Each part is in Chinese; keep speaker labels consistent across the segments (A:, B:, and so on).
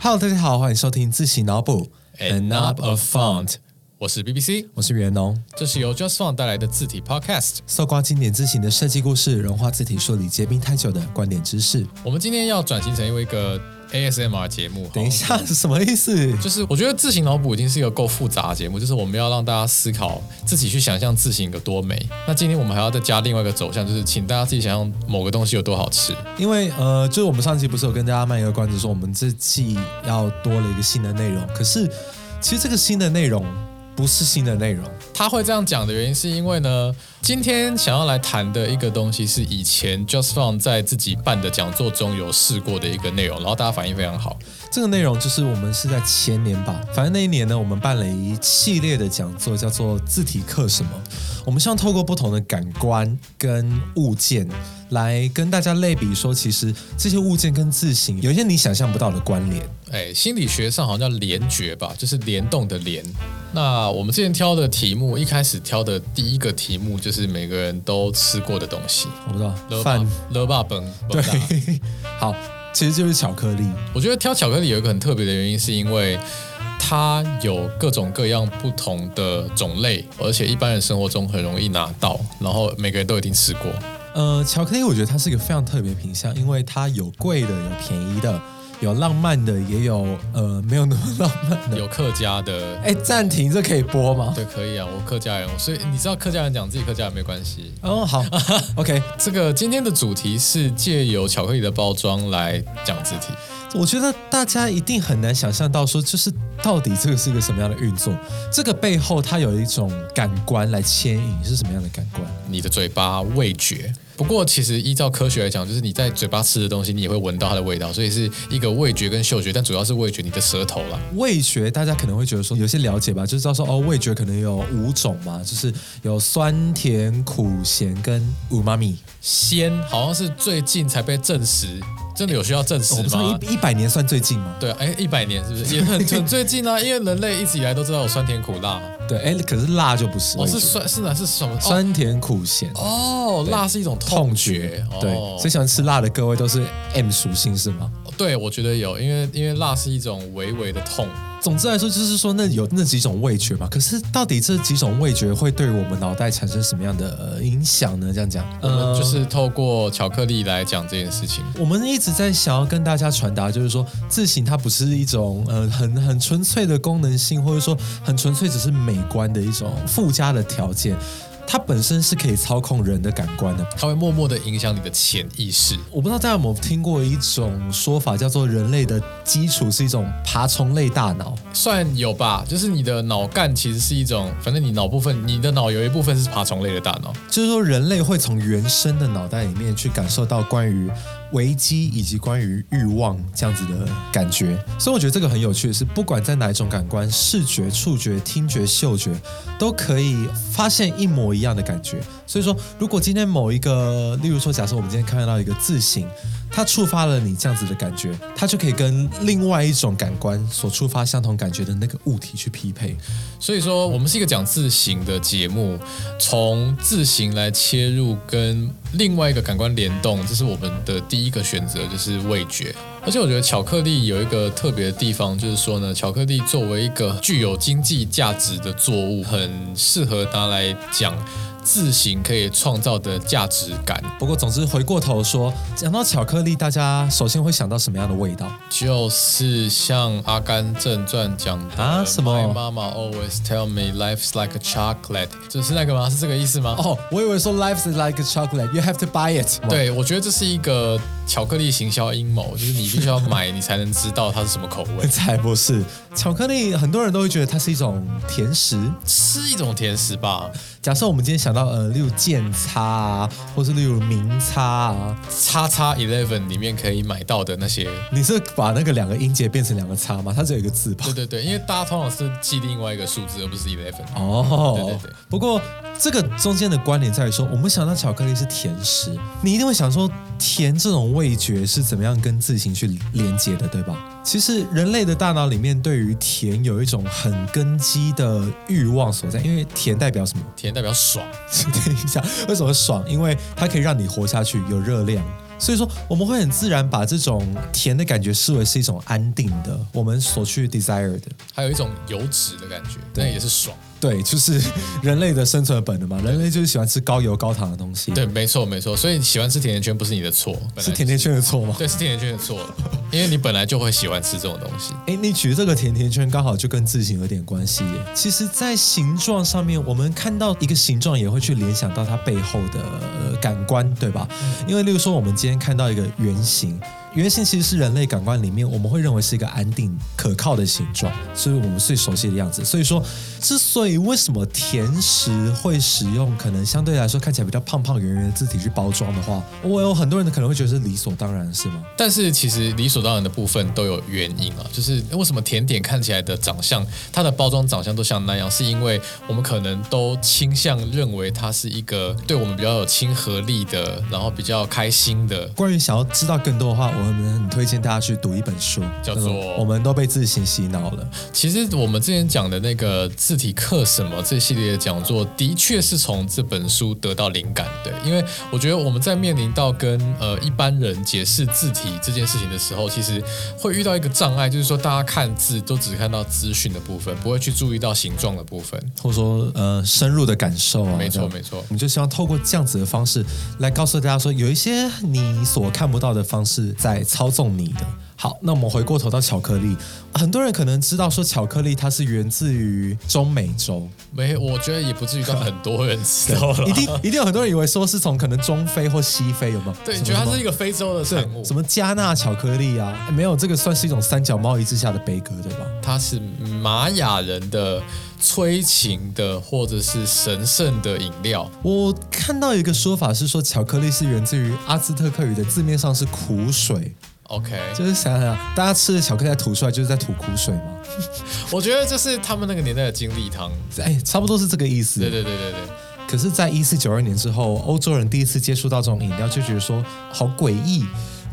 A: Hello，大家好，欢迎收听自行脑补
B: And Knob of Font，我是 BBC，
A: 我是袁农。
B: 这是由 Just Font 带来的字体 Podcast。
A: 搜刮经典字型的设计故事，融化字体梳理结冰太久的观点知识。
B: 我们今天要转型成一个 ASMR 节目。
A: 等一下，什么意思？
B: 就是我觉得字形脑补已经是一个够复杂的节目，就是我们要让大家思考自己去想象字形有多美。那今天我们还要再加另外一个走向，就是请大家自己想象某个东西有多好吃。
A: 因为呃，就是我们上期不是有跟大家卖一个关子，说我们这季要多了一个新的内容。可是，其实这个新的内容不是新的内容，
B: 他会这样讲的原因，是因为呢，今天想要来谈的一个东西，是以前 Just Fun 在自己办的讲座中有试过的一个内容，然后大家反应非常好。
A: 这个内容就是我们是在前年吧，反正那一年呢，我们办了一系列的讲座，叫做“字体课什么”。我们希望透过不同的感官跟物件，来跟大家类比说，其实这些物件跟字形有一些你想象不到的关联。
B: 哎，心理学上好像叫联觉吧，就是联动的联。那我们之前挑的题目，一开始挑的第一个题目就是每个人都吃过的东西，
A: 我不知道
B: 乐霸
A: 饭
B: 乐霸本。
A: 对
B: 本 啊，
A: 好，其实就是巧克力。
B: 我觉得挑巧克力有一个很特别的原因，是因为它有各种各样不同的种类，而且一般人生活中很容易拿到，然后每个人都一定吃过。
A: 呃，巧克力我觉得它是一个非常特别的品相，因为它有贵的，有便宜的，有浪漫的，也有呃没有那么浪漫的。
B: 有客家的，
A: 哎，暂停，这可以播吗？
B: 对，可以啊，我客家人，所以你知道客家人讲自己客家人没关系，
A: 哦， 好，OK。
B: 这个今天的主题是借由巧克力的包装来讲字体，
A: 我觉得大家一定很难想象到，说就是到底这个是一个什么样的运作，这个背后它有一种感官来牵引，是什么样的感官？
B: 你的嘴巴味觉。不过其实依照科学来讲，就是你在嘴巴吃的东西，你也会闻到它的味道，所以是一个味觉跟嗅觉，但主要是味觉，你的舌头啦。
A: 味觉大家可能会觉得说有些了解吧，就知道说哦，味觉可能有五种嘛，就是有酸、甜、苦、咸跟五妈咪。
B: 鲜好像是最近才被证实，真的有需要证
A: 我
B: 实
A: 不知
B: 吗
A: 道？哦啊一一百年算最近吗？
B: 对啊，哎，一百年是不是也很很最近啊？因为人类一直以来都知道有酸甜苦辣嘛。
A: 对，哎，可是辣就不是，
B: 哦，
A: 味觉
B: 是酸是哪是什么？哦
A: 酸、甜、苦、咸。
B: 哦，辣是一种痛觉。
A: 对，
B: 哦
A: 所以喜欢吃辣的各位都是 M 属性是吗？
B: 对，我觉得有，因为因为辣是一种微微的痛。
A: 总之来说，就是说那有那几种味觉嘛。可是到底这几种味觉会对我们脑袋产生什么样的、呃、影响呢？这样讲，
B: 我们
A: 呃
B: 就是透过巧克力来讲这件事情。
A: 我们一直在想要跟大家传达，就是说字形它不是一种呃很很纯粹的功能性，或者说很纯粹只是美观的一种附加的条件，它本身是可以操控人的感官的。
B: 它会默默的影响你的潜意识。
A: 我不知道大家有没有听过一种说法，叫做人类的基础是一种爬虫类大脑。
B: 算有吧，就是你的脑干其实是一种，反正你脑部分，你的脑有一部分是爬虫类的大脑，
A: 就是说，人类会从原生的脑袋里面去感受到关于危机以及关于欲望这样子的感觉。所以我觉得这个很有趣的是，不管在哪一种感官，视觉、触觉、听觉、嗅觉，都可以发现一模一样的感觉。所以说，如果今天某一个，例如说，假设我们今天看到一个字形，它触发了你这样子的感觉，它就可以跟另外一种感官所触发相同感觉的那个物体去匹配。
B: 所以说我们是一个讲字形的节目，从字形来切入跟另外一个感官联动，这是我们的第一个选择，就是味觉。而且我觉得巧克力有一个特别的地方，就是说呢，巧克力作为一个具有经济价值的作物，很适合拿来讲字形可以创造的价值感。
A: 不过，总之回过头说，讲到巧克力，大家首先会想到什么样的味道？
B: 就是像《阿甘正传》讲的
A: 啊什么
B: My mama always tell me life's like a chocolate，就是那个吗？是这个意思吗？
A: 哦，我以为说 life is like a chocolate, you have to buy it。，。
B: 对，我觉得这是一个巧克力行销阴谋，就是你必须要买，你才能知道它是什么口味
A: 才不是。巧克力很多人都会觉得它是一种甜食。
B: 吃一种甜食吧，
A: 假设我们今天想到呃，例如健擦啊，或是例如明擦啊，
B: 叉叉 Eleven 里面可以买到的那些。
A: 你是把那个两个音节变成两个擦吗？它只有一个字吧
B: 对？对对，因为大家通常是记另外一个数字，而不是 Eleven。
A: 哦，
B: 对对对
A: 不过这个中间的关联在于说，我们想到巧克力是甜食，你一定会想说，甜这种味觉是怎么样跟自行去连接的，对吧？其实人类的大脑里面对于甜有一种很根基的欲望所在，因为甜代表什么？
B: 甜代表爽，
A: 等一下，为什么爽？因为它可以让你活下去，有热量。所以说，我们会很自然把这种甜的感觉视为是一种安定的，我们所去 desire 的。
B: 还有一种油脂的感觉，那也是爽。
A: 对，就是人类的生存本能嘛，人类就是喜欢吃高油高糖的东西。
B: 对，，没错没错。所以喜欢吃甜甜圈不是你的错，本来
A: 是甜甜圈的错吗？
B: 对，是甜甜圈的错，因为你本来就会喜欢吃这种东西。
A: 哎，你举这个甜甜圈刚好就跟字形有点关系耶。其实，在形状上面，我们看到一个形状，也会去联想到它背后的、呃感官，对吧？因为，例如说，我们今天看到一个圆形，圆形其实是人类感官里面我们会认为是一个安定、可靠的形状，是我们最熟悉的样子。所以说，之所以为什么甜食会使用可能相对来说看起来比较胖胖圆圆的字体去包装的话，我有很多人可能会觉得是理所当然，是吗？
B: 但是其实理所当然的部分都有原因啊，就是为什么甜点看起来的长相，它的包装长相都像那样，是因为我们可能都倾向认为它是一个对我们比较有亲和力的，然后比较开心的。
A: 关于想要知道更多的话，我们很推荐大家去读一本书，
B: 叫做
A: 嗯我们都被自行洗脑了》。
B: 其实我们之前讲的那个字体课什么这系列的讲座，的确是从这本书得到灵感的，因为我觉得我们在面临到跟呃一般人解释字体这件事情的时候，其实会遇到一个障碍，就是说大家看字都只看到资讯的部分，不会去注意到形状的部分。
A: 或者说呃深入的感受啊。
B: 没
A: 这
B: 错，
A: 样
B: 没错
A: 我。们就希望透过这样子的方式来告诉大家说，有一些你所看不到的方式在操纵你的。好，那我们回过头到巧克力，很多人可能知道说巧克力它是源自于中美 洲，
B: 没，我觉得也不至于到很多人知道了。
A: 一定一定有很多人以为说是从可能中非或西非有没有？
B: 对，
A: 什么
B: 觉得
A: 什
B: 它
A: 么
B: 是一个非洲的
A: 对
B: 产物，
A: 什么加纳巧克力啊？诶没有，这个算是一种三角贸易之下的悲歌，对吧？
B: 它是玛雅人的催情的或者是神圣的饮料。
A: 我看到一个说法是说，巧克力是源自于阿兹特克语的字面上是苦水，
B: OK，
A: 就是想想大家吃的巧克力吐出来就是在吐苦水嘛，
B: 我觉得这是他们那个年代的精力汤。
A: 哎，差不多是这个意思。
B: 对对对对对，
A: 可是，在一四九二年之后，欧洲人第一次接触到这种饮料，就觉得说好诡异。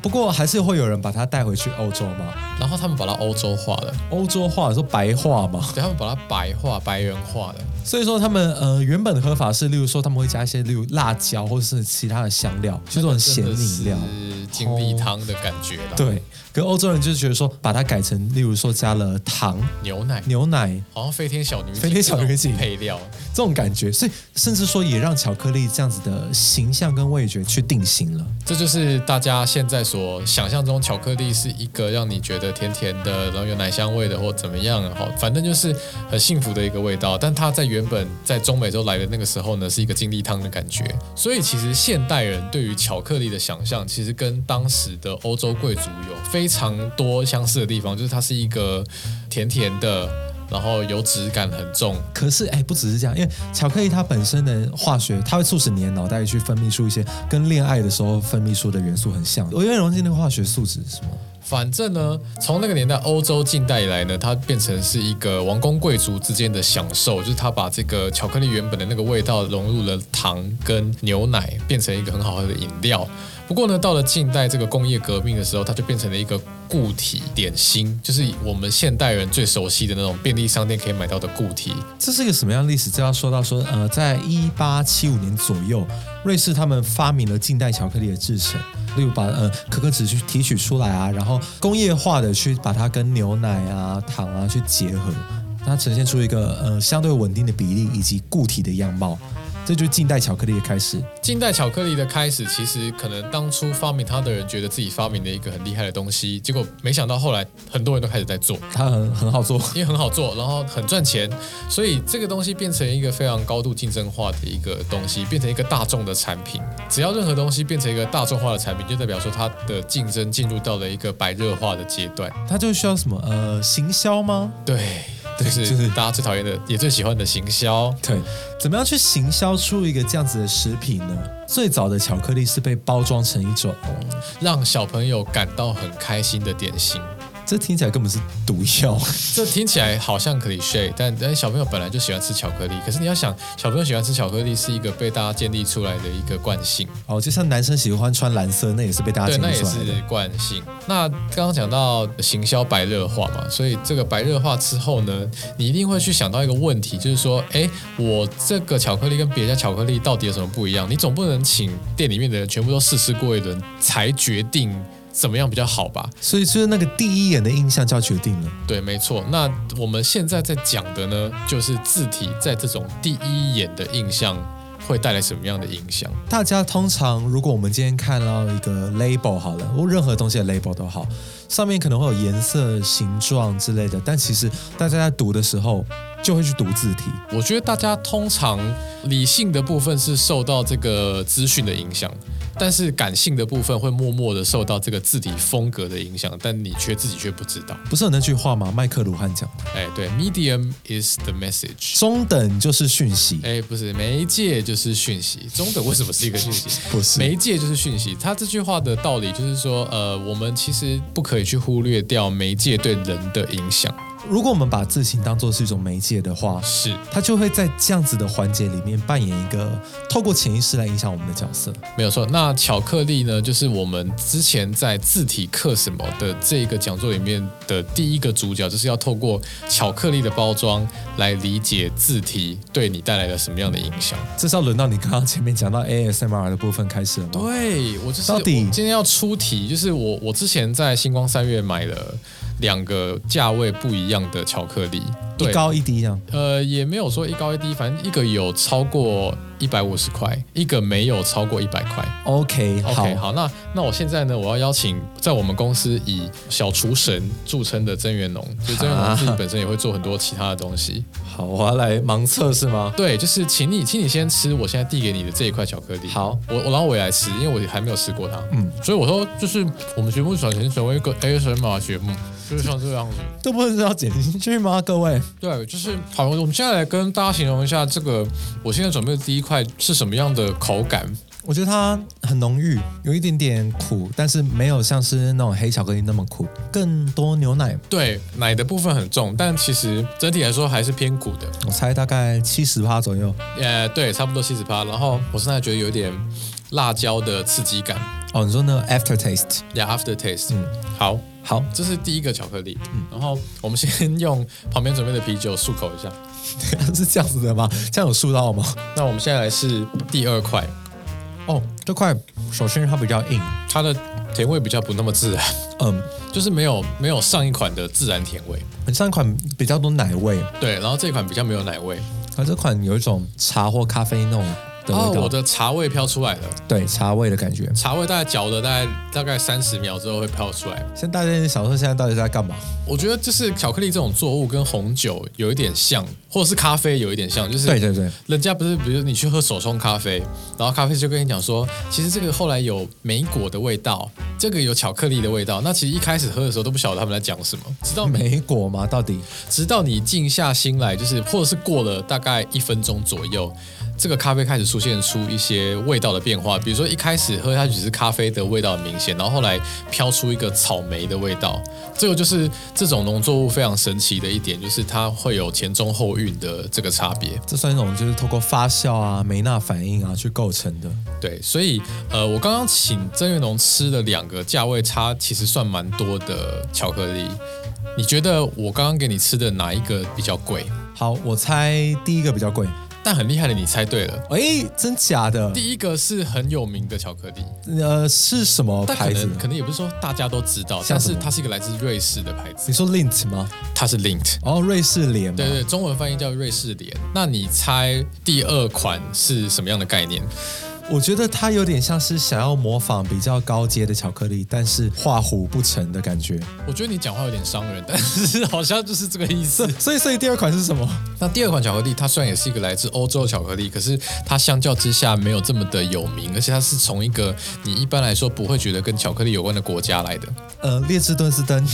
A: 不过，还是会有人把它带回去欧洲嘛，
B: 然后他们把它欧洲化了，
A: 欧洲话说白话嘛。
B: 对，他们把它白化、白人化了。
A: 所以说他们呃原本的喝法是，例如说他们会加一些例如辣椒或是其他的香料，就是这种咸
B: 真的
A: 饮料。
B: 是精力汤的感觉啦。，
A: 对，可欧洲人就觉得说把它改成，例如说加了糖、
B: 牛奶
A: 牛奶
B: 好像飞天小女警
A: 飞天小女警
B: 这种配料，
A: 这种感觉，所以甚至说也让巧克力这样子的形象跟味觉去定型了。
B: 这就是大家现在所想象中巧克力是一个让你觉得甜甜的，然后有奶香味的，或怎么样，好，反正就是很幸福的一个味道。但它在原本在中美洲来的那个时候呢，是一个精力汤的感觉。所以其实现代人对于巧克力的想象，其实跟当时的欧洲贵族有非常多相似的地方，就是它是一个甜甜的，然后油脂感很重，
A: 可是哎，不只是这样，因为巧克力它本身的化学，它会促使你的脑袋去分泌出一些跟恋爱的时候分泌出的元素很像。我有点忘记那个化学素质是什么。
B: 反正呢，从那个年代欧洲近代以来呢，它变成是一个王公贵族之间的享受，就是它把这个巧克力原本的那个味道融入了糖跟牛奶，变成一个很好喝的饮料。不过呢，到了近代这个工业革命的时候，它就变成了一个固体点心，就是我们现代人最熟悉的那种便利商店可以买到的固体。
A: 这是一个什么样的历史？这要说到说，呃，在一八七五年左右，瑞士他们发明了近代巧克力的制成，例如把呃可可脂去提取出来啊，然后工业化的去把它跟牛奶啊、糖啊去结合，它呈现出一个呃相对稳定的比例以及固体的样貌，这就是近代巧克力的开始。
B: 近代巧克力的开始，其实可能当初发明它的人觉得自己发明了一个很厉害的东西，结果没想到后来很多人都开始在做。
A: 它很很好做，
B: 因为很好做，然后很赚钱，所以这个东西变成一个非常高度竞争化的一个东西，变成一个大众的产品。只要任何东西变成一个大众化的产品，就代表说它的竞争进入到了一个白热化的阶段。
A: 它就需要什么呃行销吗？
B: 对，
A: 对
B: 就是
A: 就是
B: 大家最讨厌的，也最喜欢的行销。
A: 对，怎么样去行销出一个这样子的食品呢？最早的巧克力是被包装成一种。
B: 让小朋友感到很开心的点心。
A: 这听起来根本是毒药。
B: 这听起来好像 cliche，但但小朋友本来就喜欢吃巧克力。可是你要想，小朋友喜欢吃巧克力是一个被大家建立出来的一个惯性，
A: 哦，就像男生喜欢穿蓝色，那也是被大家
B: 对，
A: 听
B: 那也
A: 啊出来
B: 是
A: 的。
B: 惯性。那刚刚讲到行销白热化嘛，所以这个白热化之后呢，你一定会去想到一个问题，就是说，哎，我这个巧克力跟别家巧克力到底有什么不一样？你总不能请店里面的人全部都试吃过一轮才决定怎么样比较好吧？
A: 所以就是那个第一眼的印象就要决定了。
B: 对，没错。那我们现在在讲的呢，就是字体在这种第一眼的印象会带来什么样的影响？
A: 大家通常，如果我们今天看到一个 label 好了，或任何东西的 label 都好，上面可能会有颜色、形状之类的，但其实大家在读的时候就会去读字体。
B: 我觉得大家通常理性的部分是受到这个资讯的影响，但是感性的部分会默默的受到这个字体风格的影响，但你却自己却不知道。
A: 不是有那句话吗？麦克鲁汉讲的，
B: 哎，对，medium is the message。
A: 中等就是讯息，
B: 哎，不是媒介就是讯息，中等为什么是一个讯息？
A: 不是
B: 媒介就是讯息。他这句话的道理就是说，呃，我们其实不可以去忽略掉媒介对人的影响。
A: 如果我们把字形当做是一种媒介的话，
B: 是
A: 它就会在这样子的环节里面扮演一个透过潜意识来影响我们的角色。
B: 没有错。那巧克力呢，就是我们之前在字体课什么的这个讲座里面的第一个主角，就是要透过巧克力的包装来理解字体对你带来了什么样的影响。
A: 这是要轮到你刚刚前面讲到 ASMR 的部分开始了吗？
B: 对我就是
A: 到底
B: 我今天要出题，就是我我之前在星光三月买了两个价位不一样的巧克力，对
A: 一高一低这样。
B: 呃也没有说一高一低，反正一个有超过一百五十块，一个没有超过一百块。
A: OK，好
B: OK，好，那那我现在呢，我要邀请在我们公司以小厨神著称的曾元龙， 就曾元龙自己本身也会做很多其他的东西。
A: 好，我要来盲测是吗？
B: 对，就是请你，请你先吃我现在递给你的这一块巧克力。
A: 好，
B: 我我然后我也来吃，因为我还没有吃过它。
A: 嗯，
B: 所以我说，就是我们节目转型成为一个 ASMR 节目，就是像这 样子。
A: 这部分是要剪进去吗？各位，
B: 对，就是好，我们现在来跟大家形容一下这个我现在准备的第一块是什么样的口感。
A: 我觉得它很浓郁，有一点点苦，但是没有像是那种黑巧克力那么苦，更多牛奶。
B: 对，奶的部分很重，但其实整体来说还是偏苦的。
A: 我猜大概七十趴左右。
B: 呃，对，差不多七十趴。然后我现在觉得有点辣椒的刺激感
A: 哦，你说那个 aftertaste？
B: ，yeah after taste。嗯，好，
A: 好，
B: 这是第一个巧克力。然后我们先用旁边准备的啤酒漱口一下。
A: 是这样子的吗？这样有塑料吗？
B: 那我们现在来试第二块，
A: 哦，这块首先它比较硬，
B: 它的甜味比较不那么自然，
A: 嗯，
B: 就是没有没有上一款的自然甜味。
A: 很像一款比较多奶味，
B: 对，然后这款比较没有奶味。
A: 而这款有一种茶或咖啡那种的
B: 哦，
A: 味道，
B: 我的茶味飘出来了，
A: 对茶味的感觉。
B: 茶味大概嚼了大概大概三十秒之后会飘出来。
A: 现在大家想说现在到底在干嘛？
B: 我觉得就是巧克力这种作物跟红酒有一点像，或者是咖啡有一点像，就 是
A: 对对对，
B: 人家不是，比如你去喝手冲咖啡，然后咖啡就跟你讲说，其实这个后来有莓果的味道，这个有巧克力的味道。那其实一开始喝的时候都不晓得他们在讲什么，直到
A: 莓果吗？到底
B: 直到你静下心来，就是或者是过了大概一分钟左右，这个咖啡开始出现出一些味道的变化。比如说一开始喝下去只是咖啡的味道很明显，然后后来飘出一个草莓的味道。这个就是这种农作物非常神奇的一点，就是它会有前中后韵的这个差别。
A: 这算一种就是透过发酵啊、梅纳反应啊去构成的。
B: 对，所以呃，我刚刚请曾月农吃了两个价位差其实算蛮多的巧克力，你觉得我刚刚给你吃的哪一个比较贵？
A: 好，我猜第一个比较贵。
B: 但很厉害的，你猜对了。
A: 诶，真假的？
B: 第一个是很有名的巧克力，
A: 呃，是什么
B: 但可
A: 牌子
B: 能？可能也不是说大家都知道，
A: 像
B: 但
A: 什
B: 是
A: 么
B: 它是一个来自瑞士的牌子，
A: 你说 Lint 吗？
B: 它是 Lint。
A: 哦，瑞士莲吗？
B: 对对，中文翻译叫瑞士莲。那你猜第二款是什么样的概念？
A: 我觉得它有点像是想要模仿比较高阶的巧克力，但是画虎不成的感觉。
B: 我觉得你讲话有点伤人，但是好像就是这个 意思。
A: 所以，所以第二款是什么？
B: 那第二款巧克力，它虽然也是一个来自欧洲的巧克力，可是它相较之下没有这么的有名，而且它是从一个你一般来说不会觉得跟巧克力有关的国家来的，
A: 呃，列支敦士登，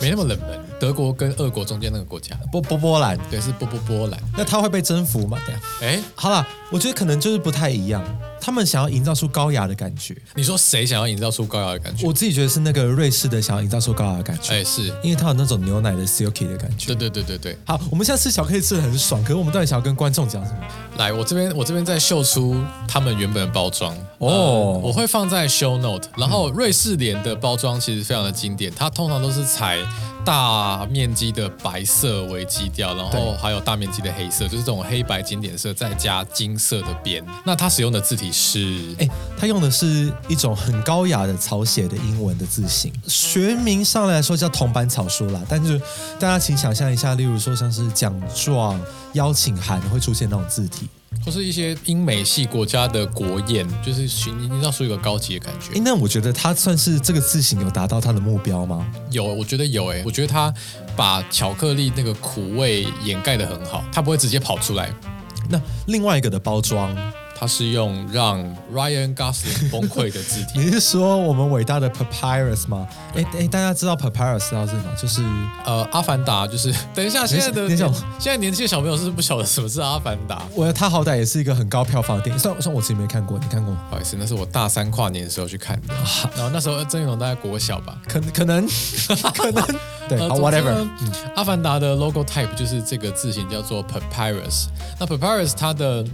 B: 没那么冷门。德国跟俄国中间那个国家，
A: 波波波兰。
B: 对，是波波波兰。
A: 那它会被征服吗？等一下，啊
B: 哎，
A: 好啦，我觉得可能就是不太一样。他们想要营造出高雅的感觉，
B: 你说谁想要营造出高雅的感觉？
A: 我自己觉得是那个瑞士的想要营造出高雅的感觉，
B: 哎，是
A: 因为它有那种牛奶的 silky 的感
B: 对
A: 觉。
B: 对对对对。
A: 好，我们现在吃巧克力吃的很爽，可是我们到底想要跟观众讲什么？
B: 来，我这边我这边再秀出他们原本的包装
A: 哦嗯
B: 呃我会放在 show note。然后瑞士莲的包装其实非常的经典，它通常都是采大面积的白色为基调，然后
A: 对
B: 还有大面积的黑色，就是这种黑白经典色，再加金色的边。那它使用的字体是，
A: 哎，他用的是一种很高雅的草写的英文的字形，学名上来说叫铜板草书啦，但是大家请想象一下，例如说像是奖状、邀请函会出现那种字体，
B: 或是一些英美系国家的国宴，就是寻营造出一个高级的感觉
A: 哎，。那我觉得它算是这个字形有达到它的目标吗？
B: 有，我觉得有欸诶、我觉得它把巧克力那个苦味掩盖的很好，它不会直接跑出来。
A: 那另外一个的包装，
B: 它是用让 Ryan Gosling 崩溃的字 体，
A: 你是说我们伟大的 Papyrus 吗？哎哎，大家知道 Papyrus 知道是什么？就是
B: 呃，阿凡达就是等一下，现在的
A: 等一下
B: 现在年轻的小朋友是不是不晓得什么是阿凡达。
A: 我它好歹也是一个很高票房的电影，虽然虽然我自己没看过，你看过吗？
B: 不好意思，那是我大三跨年的时候去看
A: 啊
B: 的，然后那时候郑云龙大概国小吧。
A: 可可 能可能对，
B: 呃
A: 好
B: 总之呢
A: whatever。
B: 阿凡达的 logo type 就是这个字形叫做 papyrus。那 papyrus 它的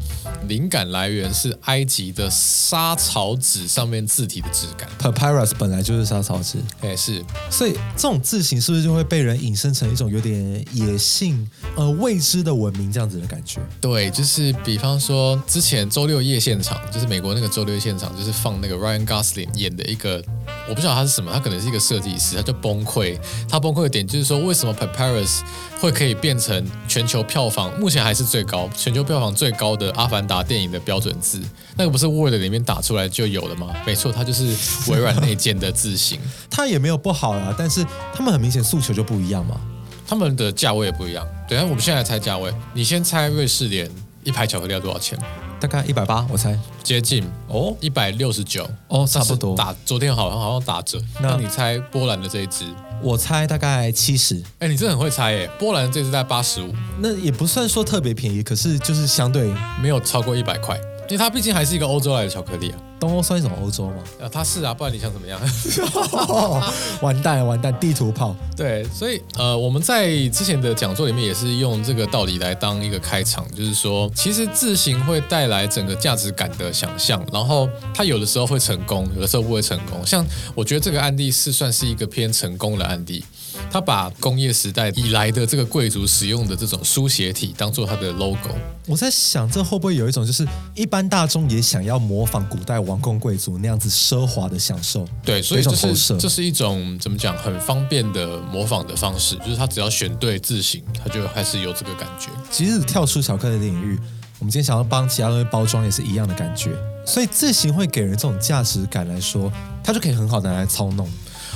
B: 灵感来源是埃及的沙草纸上面字体的质感。
A: Papyrus 本来就是莎草纸，
B: 哎，是
A: 所以这种字形是不是就会被人引申成一种有点野性、呃未知的文明这样子的感觉？
B: 对，就是比方说，之前周六夜现场，就是美国那个周六夜现场，就是放那个 Ryan Gosling 演的一个，我不知道他是什么，他可能是一个设计师，他就崩溃。他崩溃的点就是说，为什么 Papyrus 会可以变成全球票房目前还是最高，全球票房最高的《阿凡达》电影的标准字？那个不是 Word 里面打出来就有了吗？没错，它就是微软内建的字型，
A: 它也没有不好啦，但是他们很明显诉求就不一样嘛。
B: 他们的价位也不一样。对，那我们现在来猜价位，你先猜瑞士莲一排巧克力要多少钱？
A: 大概一百八，我猜。
B: 接近
A: 哦
B: 一百六十九，
A: 哦，差不多。
B: 打昨天好像好像打折。那
A: 那
B: 你猜波兰的这一支？
A: 我猜大概七十，
B: 哎，你真的很会猜耶！波兰的这支在八十五，
A: 那也不算说特别便宜，可是就是相对
B: 没有超过一百块，因为它毕竟还是一个欧洲来的巧克力啊。
A: 东欧算一种欧洲嘛。
B: 啊，它是啊，不然你想怎么样？
A: 哦 完蛋完蛋，地图炮。
B: 对，所以呃，我们在之前的讲座里面也是用这个道理来当一个开场，就是说，其实自行会带来整个价值感的想象，然后它有的时候会成功，有的时候不会成功。像我觉得这个案例是算是一个偏成功的案例，他把工业时代以来的这个贵族使用的这种书写体当做它的 logo，
A: 我在想，这会不会有一种就是一般大众也想要模仿古代王公贵族那样子奢华的享受？
B: 对，所以这
A: 有一种投
B: 是
A: 射
B: 这是一种怎么讲很方便的模仿的方式，就是他只要选对字形，他就还是有这个感觉。
A: 即使跳出巧克力的领域，我们今天想要帮其他东西包装也是一样的感觉。所以字形会给人这种价值感来说，它就可以很好的来操弄。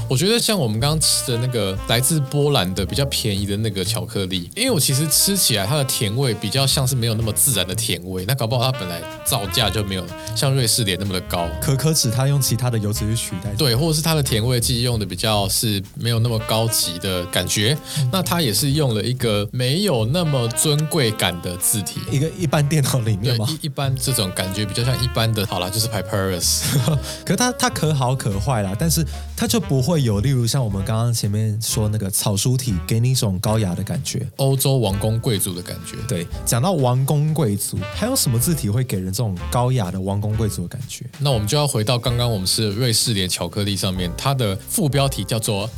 B: 我觉得像我们刚刚吃的那个来自波兰的比较便宜的那个巧克力，因为我其实吃起来它的甜味比较像是没有那么自然的甜味，那搞不好它本来造价就没有像瑞士莲那么的高。
A: 可可脂它用其他的油脂去取代，
B: 对，或者是它的甜味剂用的比较是没有那么高级的感觉，那它也是用了一个没有那么尊贵感的字体，
A: 一个一般电脑里
B: 对
A: 面嘛。
B: 一一般这种感觉比较像一般的，好啦，就是 Papyrus，
A: 可是它它可好可坏啦，但是它就不会有，例如像我们刚刚前面说那个草书体，给你一种高雅的感觉。
B: 欧洲王公贵族的感觉。
A: 对，讲到王公贵族，还有什么字体会给人这种高雅的王公贵族的感觉？
B: 那我们就要回到刚刚我们吃的瑞士莲巧克力上面，它的副标题叫做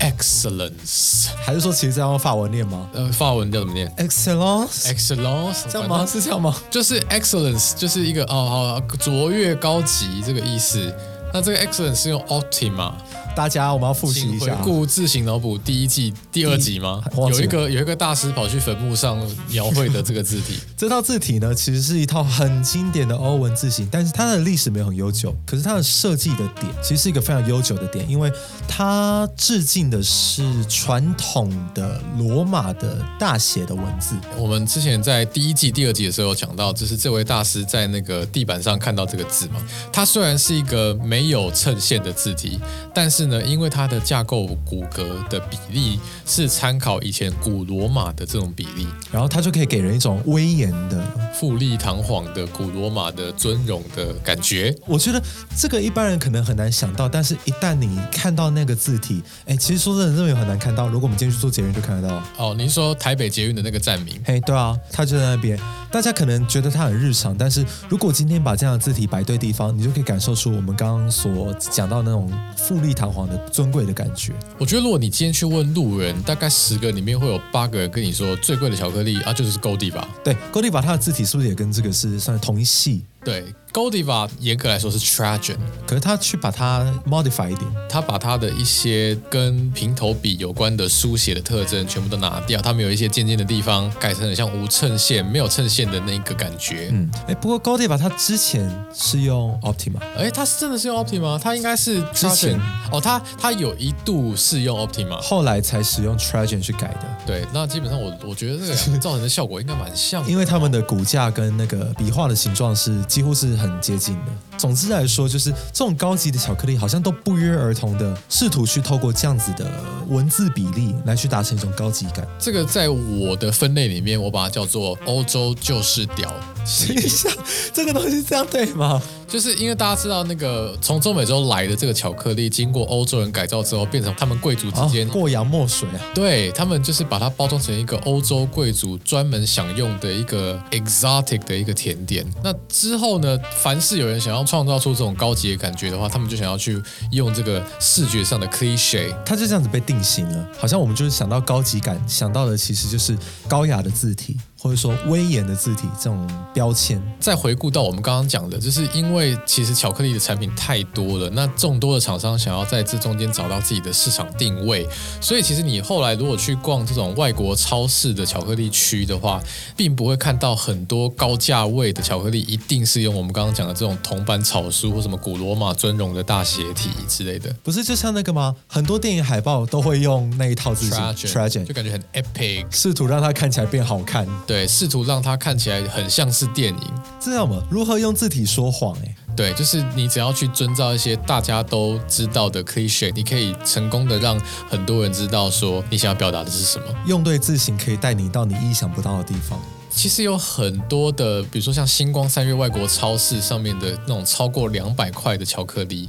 B: Excellence，
A: 还是说其实这样用法文念吗
B: 呃，法文叫怎么念
A: ？Excellence，
B: ？Excellence，
A: 这样吗？是这样吗？
B: 就是 Excellence，就是一个哦，好卓越、高级这个意思。那这个 Excellence 是用 Optima，
A: 大家我们要复习
B: 请
A: 一
B: 回
A: 下。啊
B: 顾自行脑补第一季第二集吗？
A: 第忘记
B: 有
A: 了
B: 一个有一个大师跑去坟墓上描绘的这个字体。
A: 这套字体呢，其实是一套很经典的欧文字形，但是它的历史没有很悠久，可是它的设计的点其实是一个非常悠久的点，因为它致敬的是传统的罗马的大写的文字。
B: 我们之前在第一季、第二季的时候有讲到，就是这位大师在那个地板上看到这个字嘛。它虽然是一个没有衬线的字体，但是是呢，因为它的架构骨骼的比例是参考以前古罗马的这种比例，
A: 然后它就可以给人一种威严的。
B: 富丽堂皇的古罗马的尊荣的感觉。
A: 我觉得这个一般人可能很难想到，但是一旦你看到那个字体，哎，其实说真的，真的有很难看到。如果我们今天去做捷运，就看得到。
B: 哦，您说台北捷运的那个站名，
A: 嘿，对啊，它就在那边。大家可能觉得它很日常，但是如果今天把这样的字体摆对地方，你就可以感受出我们刚刚所讲到那种富丽堂皇的尊贵的感觉。
B: 我觉得如果你今天去问路人，大概十个里面会有八个人跟你说最贵的巧克力啊，就是 Godiva。
A: 对 g o d i v a 它的字体是不是也跟这个是算同一系？
B: 对，Godiva 严格来说是 Trajan，
A: 可是他去把它 modify 一点，
B: 他把他的一些跟平头笔有关的书写的特征全部都拿掉，他们有一些尖尖的地方改成了像无衬线、没有衬线的那个感觉。
A: 嗯，哎，不过 g o d i v a 它之前是用 Optima，
B: 哎，他是真的是用 Optima，他应该是
A: 之前
B: Trajan 哦，他他有一度是用 Optima，
A: 后来才使用 Trajan 去改的，
B: 对，那基本上我我觉得这个两个造成的效果应该蛮像的，
A: 因为他们的骨架跟那个笔画的形状是几乎是很接近的。总之来说，就是这种高级的巧克力好像都不约而同的试图去透过这样子的文字比例来去达成一种高级感。
B: 这个在我的分类里面，我把它叫做欧洲就是 屌系
A: 等一
B: 列，
A: 下，这个东西这样对吗？
B: 就是因为大家知道那个从中美洲来的这个巧克力，经过欧洲人改造之后，变成他们贵族之
A: 啊
B: 间，，
A: 过洋墨水啊！
B: 对他们就是把它包装成一个欧洲贵族专门享用的一个 exotic 的一个甜点。那之后呢，凡是有人想要创造出这种高级的感觉的话，他们就想要去用这个视觉上的 cliche。
A: 它就这样子被定型了，好像我们就是想到高级感，想到的其实就是高雅的字体，或者说威严的字体这种标签。
B: 再回顾到我们刚刚讲的，就是因为其实巧克力的产品太多了，那众多的厂商想要在这中间找到自己的市场定位，所以其实你后来如果去逛这种外国超市的巧克力区的话，并不会看到很多高价位的巧克力，一定是用我们刚刚讲的这种铜板草书或什么古罗马尊容的大斜体之类的。
A: 不是就像那个吗？很多电影海报都会用那一套字
B: t
A: 型
B: r a g e d
A: tragic，
B: 就感觉很 epic，
A: 试图让它看起来变好看，
B: 对，试图让它看起来很像是电影。
A: 知道吗？如何用字体说谎、欸？
B: 对，就是你只要去遵照一些大家都知道的 cliche，你可以成功的让很多人知道说你想要表达的是什么。
A: 用对字型可以带你到你意想不到的地方。
B: 其实有很多的，比如说像星光三月外国超市上面的那种超过两百块的巧克力，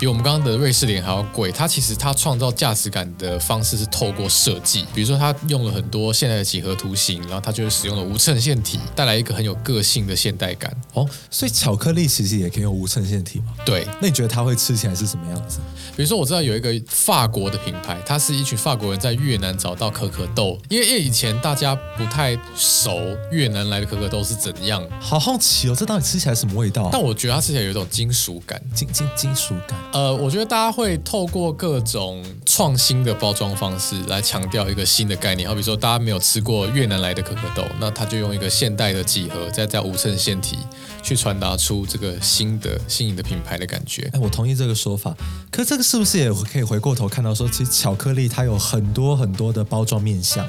B: 比我们刚刚的瑞士莲还要贵。它其实它创造价值感的方式是透过设计，比如说它用了很多现代的几何图形，然后它就使用了无衬线体，带来一个很有个性的现代感。
A: 哦，所以巧克力其实也可以用无衬线体嘛？
B: 对，
A: 那你觉得它会吃起来是什么样子？
B: 比如说，我知道有一个法国的品牌，它是一群法国人在越南找到可可豆，因为因为以前大家不太熟越南来的可可豆是怎样，
A: 好好奇哦，这到底吃起来什么味道、
B: 但
A: 啊？
B: 我觉得它吃起来有一种金属感。
A: 金金金属感。
B: 呃，我觉得大家会透过各种创新的包装方式来强调一个新的概念，好比说大家没有吃过越南来的可可豆，那他就用一个现代的几何，再加无衬线体，去传达出这个新的新颖的品牌的感觉。
A: 哎，我同意这个说法。可这个是不是也可以回过头看到说，其实巧克力它有很多很多的包装面向。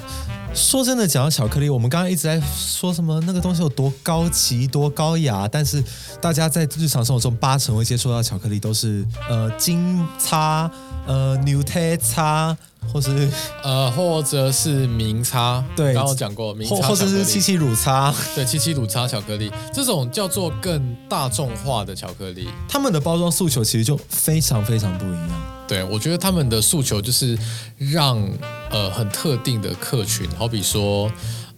A: 说真的，讲到巧克力，我们刚刚一直在说什么那个东西有多高级、多高雅，但是大家在日常生活中八成会接触到巧克力都是呃金叉、呃牛胎叉，或是
B: 呃，或者是明差，
A: 对
B: 刚刚有讲过明差
A: 或或者
B: 巧克
A: 是
B: 力
A: 七七乳叉，
B: 对，七七乳茶巧克力这种叫做更大众化的巧克力。
A: 他们的包装诉求其实就非常非常不一样。
B: 对我觉得他们的诉求就是让呃很特定的客群，好比说。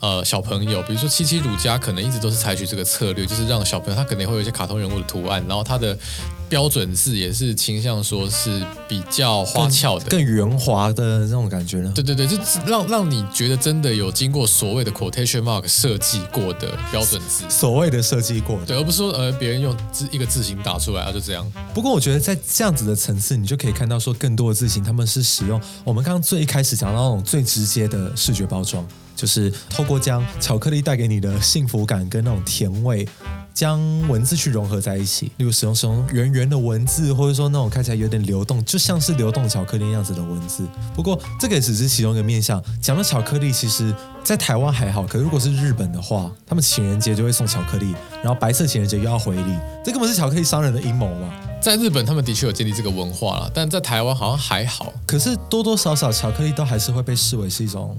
B: 呃，小朋友，比如说七七乳家，可能一直都是采取这个策略，就是让小朋友他可能会有一些卡通人物的图案，然后他的标准字也是倾向说是比较花俏的，
A: 更圆滑的那种感觉呢？
B: 对对对，就让让你觉得真的有经过所谓的 quotation mark 设计过的标准字，
A: 所谓的设计过的。
B: 对，而不是说呃别人用字一个字形打出来啊就这样，
A: 不过我觉得在这样子的层次，你就可以看到说更多的字型，他们是使用我们刚刚最一开始讲到那种最直接的视觉包装，就是呃透过将巧克力带给你的幸福感跟那种甜味。将文字去融合在一起，例如使用使用圆圆的文字，或者说那种看起来有点流动，就像是流动巧克力那样子的文字。不过这个也只是其中一个面向。讲到巧克力，其实在台湾还好，可是如果是日本的话，他们情人节就会送巧克力，然后白色情人节又要回礼，这根本是巧克力商人的阴谋嘛。
B: 在日本，他们的确有建立这个文化啦，但在台湾好像还好。
A: 可是多多少少，巧克力都还是会被视为是一种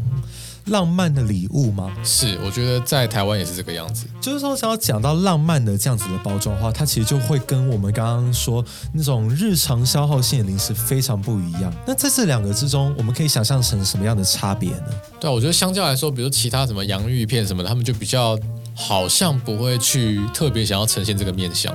A: 浪漫的礼物吗？
B: 是，我觉得在台湾也是这个样子。
A: 就是说，只要讲到浪漫的这样子的包装的话，它其实就会跟我们刚刚说那种日常消耗性的零食非常不一样。那在这两个之中，我们可以想象成什么样的差别呢？
B: 对啊，我觉得相较来说，比如其他什么洋芋片什么的，他们就比较好像不会去特别想要呈现这个面相。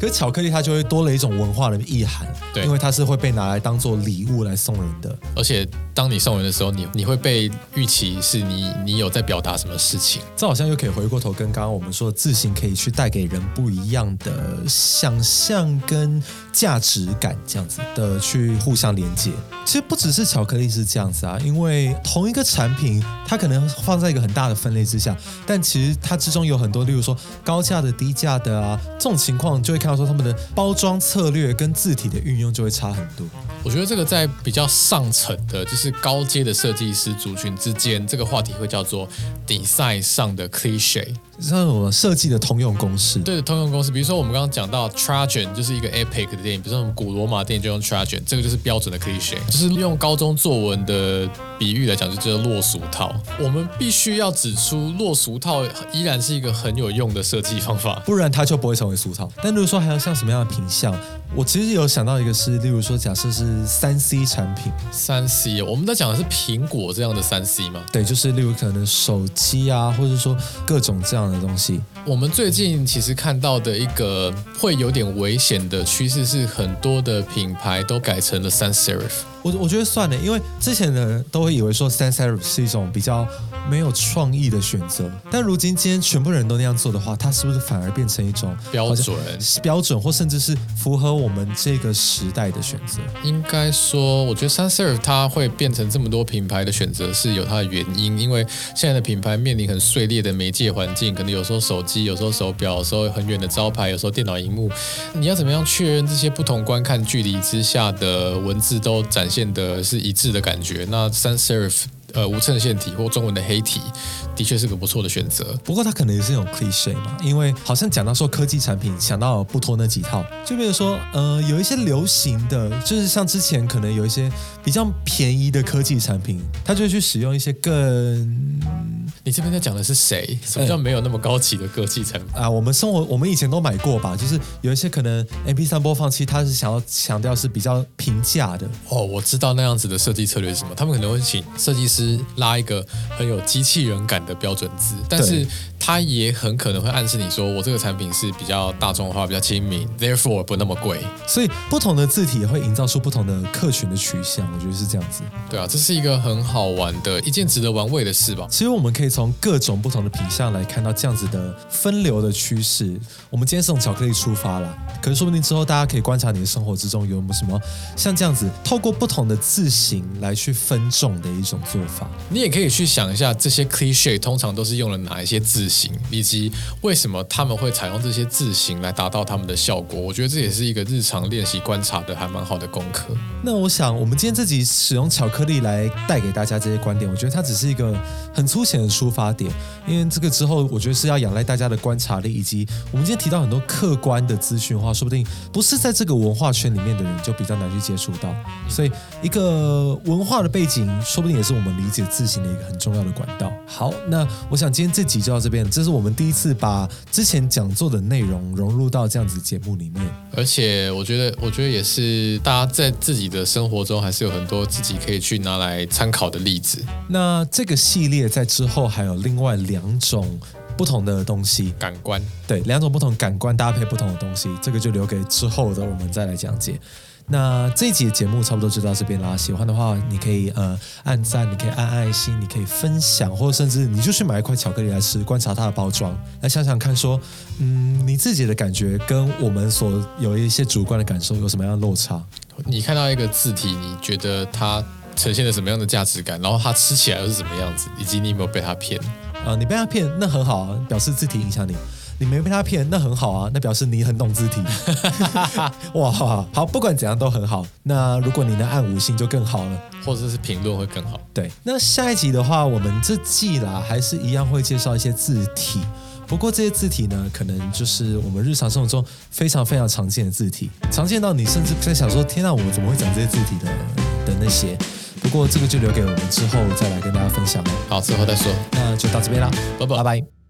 A: 可是巧克力它就会多了一种文化的意涵，
B: 对
A: 因为它是会被拿来当做礼物来送人的。
B: 而且当你送人的时候，你你会被预期是你你有在表达什么事情。
A: 这好像又可以回过头跟刚刚我们说的自信可以去带给人不一样的想象跟价值感，这样子的去互相连接。其实不只是巧克力是这样子啊，因为同一个产品，它可能放在一个很大的分类之下，但其实它之中有很多，例如说高价的、低价的啊，这种情况就会看到说他们的包装策略跟字体的运用就会差很多。
B: 我觉得这个在比较上层的，就是高阶的设计师族群之间，这个话题会叫做 design 上的 cliche。
A: 像我们设计的通用公式，
B: 对，通用公司，比如说我们刚刚讲到 Trajan 就是一个 epic 的电影，比如说我们古罗马电影就用 Trajan，这个就是标准的 cliche，就是用高中作文的比喻来讲，就叫做落俗套。我们必须要指出，落俗套依然是一个很有用的设计方法。
A: 不然它就不会成为俗套。但如果说还有像什么样的品相，我其实有想到一个是，例如说假设是三 C 产品，
B: 三 C，我们在讲的是苹果这样的三 C 吗？
A: 对，就是例如可能手机啊，或者说各种这样的东西，
B: 我们最近其实看到的一个会有点危险的趋势是，很多的品牌都改成了 sans serif。
A: 我我觉得算了，因为之前的人都会以为说 sans serif 是一种比较没有创意的选择，但如今今天全部人都那样做的话，它是不是反而变成一种
B: 标准
A: 好像标准，或甚至是符合我们这个时代的选择？
B: 应该说，我觉得 sans serif 它会变成这么多品牌的选择是有它的原因，因为现在的品牌面临很碎裂的媒介环境，可能有时候手机，有时候手表，有时候很远的招牌，有时候电脑荧幕，你要怎么样确认这些不同观看距离之下的文字都展现的是一致的感觉？那 sans serif 呃无衬线体或中文的黑体，的确是个不错的选择。
A: 不过它可能也是一种 cliche 嘛，因为好像讲到说科技产品，想到不脱那几套，就比如说，呃，有一些流行的，就是像之前可能有一些比较便宜的科技产品，它就会去使用一些更
B: 你这边在讲的是谁？什么叫没有那么高级的科技产品？
A: 啊，我们生活我们以前都买过吧，就是有一些可能 MP 3播放器，它是想要强调是比较平价的，
B: 哦，我知道那样子的设计策略是什么，他们可能会请设计师拉一个很有机器人感的标准字，但是他也很可能会暗示你说，我这个产品是比较大众化、比较亲民，therefore 不那么贵。
A: 所以不同的字体也会营造出不同的客群的取向，我觉得是这样子。
B: 对啊，这是一个很好玩的一件值得玩味的事吧。
A: 其实我们可以从各种不同的品相来看到这样子的分流的趋势。我们今天是从巧克力出发啦，可是说不定之后大家可以观察你的生活之中有没有什么像这样子，透过不同的字形来去分众的一种做法。
B: 你也可以去想一下，这些 cliche 通常都是用了哪一些字形，以及为什么他们会采用这些字形来达到他们的效果。我觉得这也是一个日常练习观察的还蛮好的功课。
A: 那我想，我们今天这集使用巧克力来带给大家这些观点，我觉得它只是一个很粗浅的出发点，因为这个之后，我觉得是要仰赖大家的观察力，以及我们今天提到很多客观的资讯的话，说不定不是在这个文化圈里面的人就比较难去接触到，所以一个文化的背景，说不定也是我们理解字形的一个很重要的管道。好，那我想今天这集就到这边，这是我们第一次把之前讲座的内容融入到这样子节目里面。
B: 而且我觉得，我觉得也是大家在自己的生活中，还是有很多自己可以去拿来参考的例子。
A: 那这个系列在之后还有另外两种不同的东西，
B: 感官，
A: 对，两种不同感官搭配不同的东西，这个就留给之后的我们再来讲解。那这一集的节目差不多就到这边啦。喜欢的话，你可以呃按赞，你可以按爱心，你可以分享，或者甚至你就去买一块巧克力来吃，观察它的包装，来想想看说，嗯，你自己的感觉跟我们所有一些主观的感受有什么样的落差？
B: 你看到一个字体，你觉得它呈现了什么样的价值感，然后它吃起来又是什么样子，以及你有没有被它骗。
A: 呃啊、你被他骗，那很好啊，表示字体影响你。你没被他骗，那很好啊，那表示你很懂字 体。哇，好，不管怎样都很好。那如果你能按五星就更好了。
B: 或者是评论会更好。
A: 对，那下一集的话，我们这季啦，还是一样会介绍一些字体。不过这些字体呢，可能就是我们日常生活中非常非常常见的字体，常见到你甚至在想说：天啊，我怎么会讲这些字体的的那些？不过这个就留给我们之后再来跟大家分享了。
B: 好，之后再说，
A: 那就到这边啦，
B: 拜拜
A: 拜拜